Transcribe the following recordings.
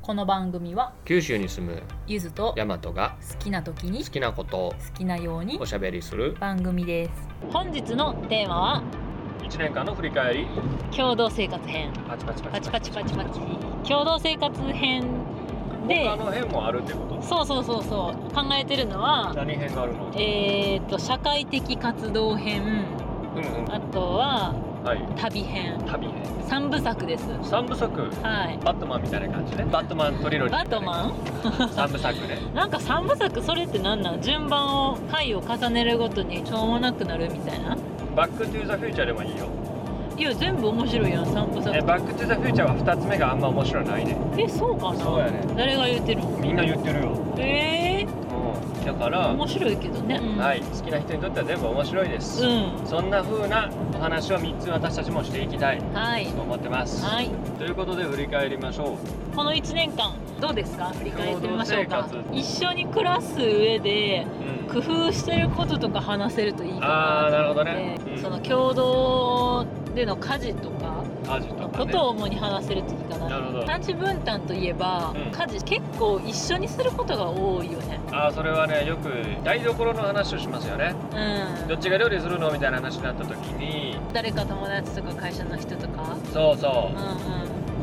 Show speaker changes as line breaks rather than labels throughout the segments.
この番組は
九州に住む
ゆずと
大和が
好きな時に
好きなことを
好きなように
おしゃべりする
番組です本日のテーマは
1年間の振り返り
共同生活編
パチパチパ
パチパチパチパチ共同生活編で
他の辺もあるってこと
そうそうそうそう考えてるのは
何辺があるの
えー、と社会的活動編
うんうん
あとは
はい
旅編
旅ね
三部作です
三部作
はい
バットマンみたいな感じねバットマントリロジー
バットマン
ン三部作ね
なんか三部作それって何なん順番を回を重ねるごとにしょうもなくなるみたいな
バックトゥザフューチャーでもいいよ
いや全部面白いやん三部作
えバックトゥザフューチャーは二つ目があんま面白ないね
えそうかな
そうやね
誰が言ってるの
みんな言ってるよ
え
うんだか
ー、
ら
面白いけどね、うん、
はい好きな人にとっては全部面白いです
うん
そんな風なお話を3つ私たちもしていきたい
はい
と思ってます、
はい
ということで振り返りましょう
この1年間どうですか振り返ってみましょうか
共同生活
一緒に暮らす上で
うん
工夫してることとか話せるといい
あ
か
あなるほど
なと思
ね
っ、て
うん
その共同での家事とか
アジと
の
か
こ
ね
とを主に話せるといいかな
なるほど
産地分担といえば、
うん
家事結構一緒にすることが多いよね
ああそれはねよく台所の話をしますよね
う
どっちが料理するのみたいな話になった時に
ん誰か友達とか会社の人とか
そう
う
そ
ん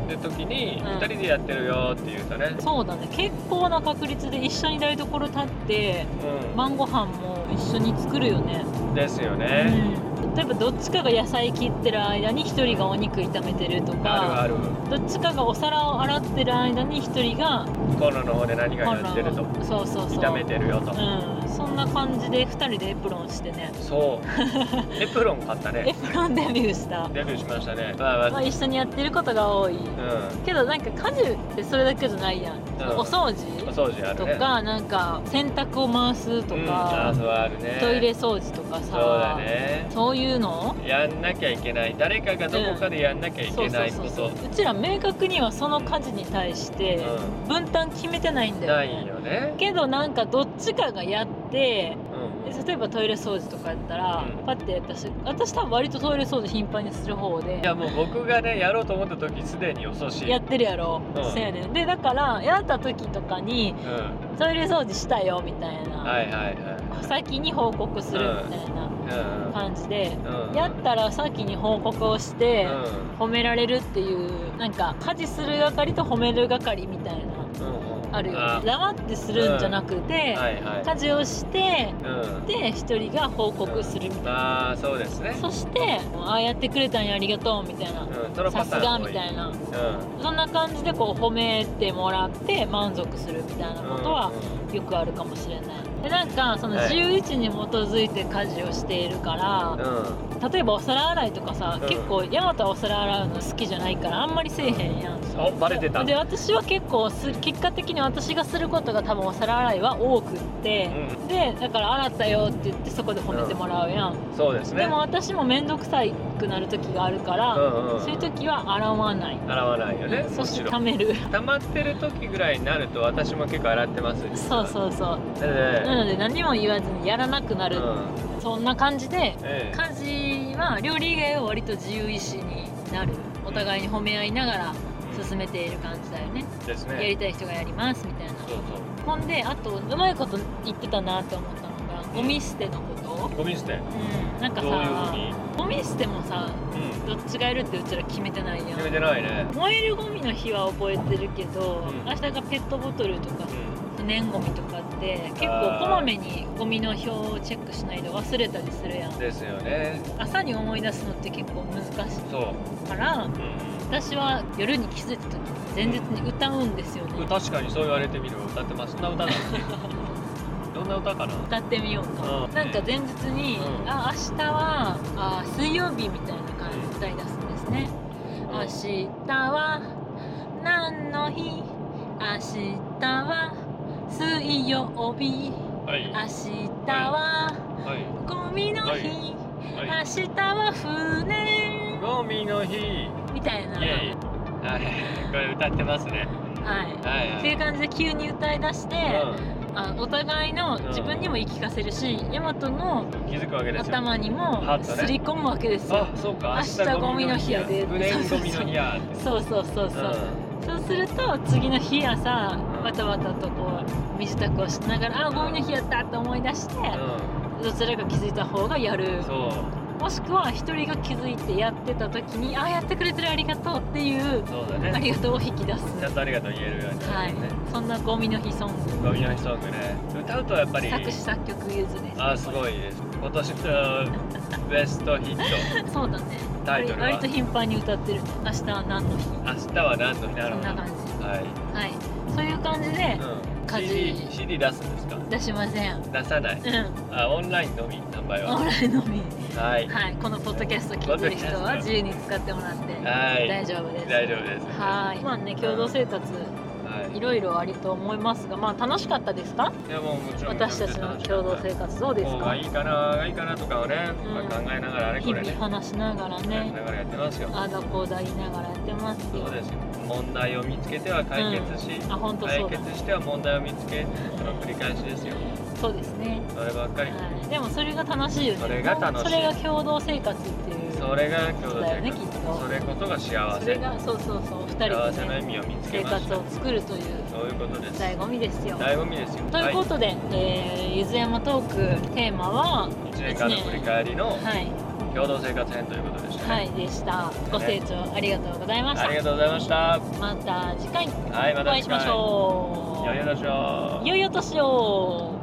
うん
うって時に
うん
2人でやってるよって言うとね
そうだね結構な確率で一緒に台所立って
う
晩ご飯も一緒に作るよね
んですよ
う
ね
ん例えばどっちかが野菜切ってる間に1人がお肉炒めてると
あ
か
るある
どっちかがお皿を洗ってる間に1人が
コロナの方で何かやってると
ほらそうそうそう
炒めてるよと
うんそんな感じで2人でエプロンしてね
そう エプロン買った
エ
ね
プロンデビューした
デビューしましたねまあ
ま
ま
あ、
あ
一緒にやってることが多い
うん
けどなんか家事ってそれだけじゃないやん、お掃
お
除
掃除あ
と
るね
かなんか洗濯を回すと
うん、あ
か
ー、そうあるね
トイレ掃除とかさ
そうだね
そういうの
やんなきゃいけない誰かがどこかでやんなきゃい
そ
け
うそ
な
う
い
そう
こと
そううちら明確にはその家事に対して
う
分担決めてないん
ん
だよ、
ないよね
けどなんかどっちかがやって
うん
で例えばトイレ掃除とかやったら、
うん
パッて私私多分割とトイレ掃除頻繁にする方で
いやもう僕がねやろうと思った時すでに遅し
やってるやろ、
うん
せやねんでだからやった時とかに
うんは
トイレ掃除したよみたいな、
いはいはい
先に報告するみたいな
う
感じで、
んうん
やったら先に報告をして
うん
褒められるっていうなんか家事する係と褒める係みたいな
うんうん
あるよ
は
ね黙ってするんじゃなく
い
て、
は
家事をして
いうん
で一人が報告するみたいな、
まあそうですね
そして「ああやってくれたんやありがとう」みたいな
うん
「
その
さ
パ
す
ターン
が」
多
みたいな
うん
そんな感じでこう褒めてもらって満足するみたいなことは
うん
よくあるかもしれないでなんかその
はい
自由意志に基づいて家事をしているから、
うん
例えばお皿洗いとかさ、
うん
結構ヤマトはお皿洗うの好きじゃないからあんまりせえへんやん、
おバレてた
で私は結構す結果的に私がすることが多分お皿洗いは多くって
う、ん
でだから洗ったよって言ってそこで褒めてもらうやん、
そうですね
でも私も面倒くさいくなる時があるから、
うんうん
そういう時は洗わない、
洗わないよね
そして
も
貯
ちろん
める
溜まってる時ぐらいになると私も結構洗ってます
そうそうそう
なので
なので何も言わずにやらなくなる、
うん
そんな感じで
ええ
家事は料理以外は割と自由意志になるお互いに褒め合いながら進めている感じだよね、
です
や
ね
りたい人がやりますみたいな
そうそ
ほんであとうまいこと言ってたなって思ったのがゴミ捨てのこと
うゴミ捨て
うんなんか
どういうふう
さ
に
ゴミ捨てもさ
うん
どっちがやるってうちら決めてないやん
決めてないね
燃えるゴミの日は覚えてるけど、
うん
明日がペットボトルとか
うん
不燃ゴミとかって結構こまめにゴミの表をチェックしないと忘れたりするやん
ですよね
朝に思い出すのって結構難し
そ
いから
う
私は夜に気づいた時に前日に歌うんですよ
うん
ね
確かにそう言われてみれば歌ってますそんな 歌だどんな歌かな
歌ってみようか
うん
なんか前日に
うん
あ明日はあ水曜日みたいな感じで歌い出すんですね明日は何の日明日は水曜日
はい
明日は
はい
ゴミの日、
はい
明日は船
ゴミの日イエ
みたいな、
イはいこれ歌ってますね
はい
はいは
っていう感じで急に歌い出して、
い
あお互いの
うん
自分にも言い聞かせるし、ヤマトの
うん気づくわけですよ
頭にも
ハッと
す
ね
り込むわけですよ、
あそうか
明日ゴミの日やで
不燃ゴミの日やって
そうそうそうそう、
ん
そそうすると次の日朝わたわたとこう身支度をしながらあゴミの日やったって思い出してどちらか気づいた方がや
う
る
んそう
もしくは一人が気づいてやってた時にあやってくれてるありがとうっていう
そうだ
あ
ね
りがとうを引き出す
ちゃんとありがとう言えるようにな
は
る
い
よね、
そんなゴミの日ソング
ゴミの日ソングね歌うとやっぱり
作詞作曲ゆずです
あーすごいです今年のベストヒット
そうだね
タイトルは
割と頻繁に歌ってる明日は何の日
明日は何の日な
そ
の
んな感じ
はい、
はいそういう感じで
うん、
家事
CD, CD 出すんですか
出しません
出さない
うん
あオンラインのみ販売
オン
は
ラインのみ
はい
はいこのポッドキャスト聞いてる人は自由に使ってもらって
はい
大丈夫です
大丈夫です
はいまあね共同生活
はい
いろいろありと思いますがまあ楽しかったですか
いやもうもちろん
私たちの共同生活どうです
こうが
か
いいかないいかなとかをね、
うん
まあ、考えながらあれ
日
これ
々
ね
話しながら
考え
ね
ながらやってますよ
ああだこうだ言いながらやってますよ
そうですよ問題を見つけては解決し、
あ本当そう
解
だ
決しては問題を見つけその繰り返しですよ
そうですね
そればっかり、
はいでもそれが楽しいよね
それが楽しい
それが共同生活っていう
それが共同
だよね
生
き
活
っと
それこそが幸
そ
せ
れがそうそうそう二人
幸
で
せの
ね
意味を見つけ
生
まし
活
た
を作るという
そういうことです
醍醐味ですよ
醍醐味ですよ
ということで、えーゆずやまトークテーマは
はい、1年間の振り返りの
はい
共同生活編ということでした、ね
はいでしたご清聴ありがとうございました
ありがとうございました
また次回
はいま
お
た
会い
次
しま
回
しょ
よいお年を
う良いお年を